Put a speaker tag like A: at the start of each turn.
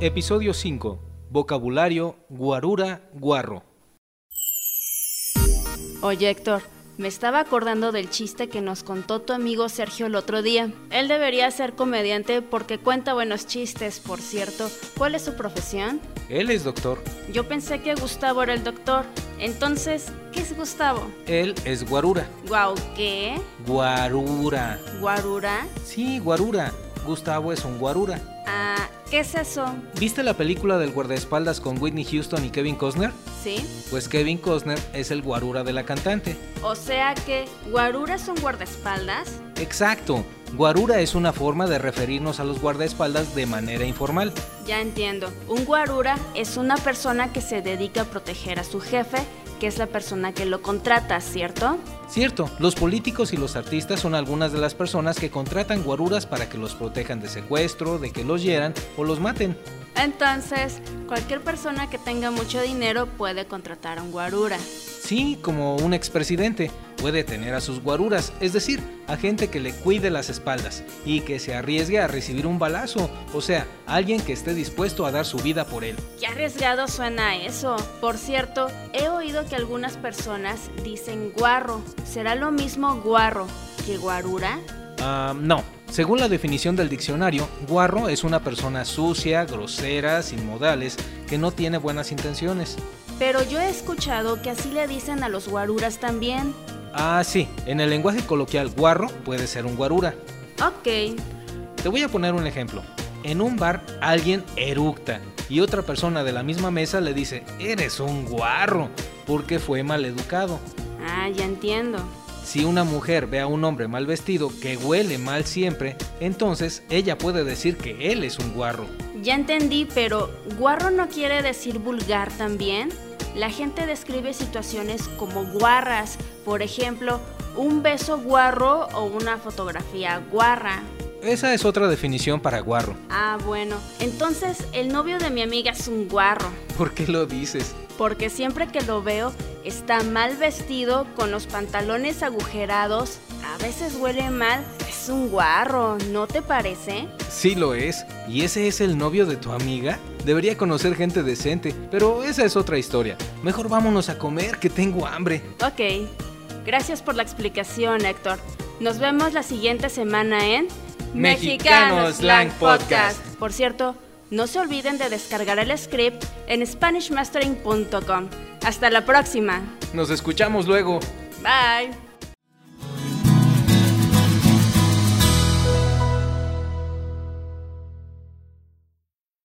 A: Episodio 5. Vocabulario guarura guarro.
B: Oye, Héctor, me estaba acordando del chiste que nos contó tu amigo Sergio el otro día. Él debería ser comediante porque cuenta buenos chistes, por cierto. ¿Cuál es su profesión?
A: Él es doctor.
B: Yo pensé que Gustavo era el doctor. Entonces, ¿qué es Gustavo?
A: Él es guarura.
B: Guau, ¿qué?
A: Guarura.
B: ¿Guarura?
A: Sí, guarura. Gustavo es un guarura.
B: Ah, ¿qué es eso?
A: ¿Viste la película del guardaespaldas con Whitney Houston y Kevin Costner?
B: ¿Sí?
A: Pues Kevin Costner es el guarura de la cantante.
B: O sea que, ¿guarura es un guardaespaldas?
A: Exacto. Guarura es una forma de referirnos a los guardaespaldas de manera informal.
B: Ya entiendo. Un guarura es una persona que se dedica a proteger a su jefe, que es la persona que lo contrata, ¿cierto?
A: Cierto, los políticos y los artistas son algunas de las personas que contratan guaruras para que los protejan de secuestro, de que los hieran o los maten.
B: Entonces, cualquier persona que tenga mucho dinero puede contratar a un guarura.
A: Sí, como un expresidente, puede tener a sus guaruras, es decir, a gente que le cuide las espaldas y que se arriesgue a recibir un balazo, o sea, alguien que esté dispuesto a dar su vida por él.
B: Qué arriesgado suena eso. Por cierto, he oído que algunas personas dicen guarro. ¿Será lo mismo guarro que guarura?
A: Ah, no. Según la definición del diccionario, guarro es una persona sucia, grosera, sin modales, que no tiene buenas intenciones.
B: Pero yo he escuchado que así le dicen a los guaruras también.
A: Ah, sí, en el lenguaje coloquial guarro puede ser un guarura.
B: Ok,
A: Te voy a poner un ejemplo. En un bar alguien eructa y otra persona de la misma mesa le dice, eres un guarro, porque fue maleducado.
B: ah, ya entiendo.
A: Si una mujer ve a un hombre mal vestido que huele mal siempre, entonces ella puede decir que él es un guarro.
B: Ya entendí, pero guarro no quiere decir vulgar también. La gente describe situaciones como guarras, por ejemplo, un beso guarro o una fotografía guarra.
A: Esa es otra definición para guarro.
B: Ah, bueno, entonces el novio de mi amiga es un guarro,
A: ¿Por qué lo dices?
B: porque siempre que lo veo está mal vestido, con los pantalones agujerados, a veces huele mal, es un guarro, ¿no te parece?
A: Sí lo es. ¿Y ese es el novio de tu amiga? Debería conocer gente decente, pero esa es otra historia. Mejor vámonos a comer, que tengo hambre.
B: Ok, gracias por la explicación, Héctor. Nos vemos la siguiente semana en
A: Mexicano Slang Podcast.
B: Por cierto, no se olviden de descargar el script en SpanishMastering.com. Hasta la próxima.
A: Nos escuchamos luego.
B: Bye.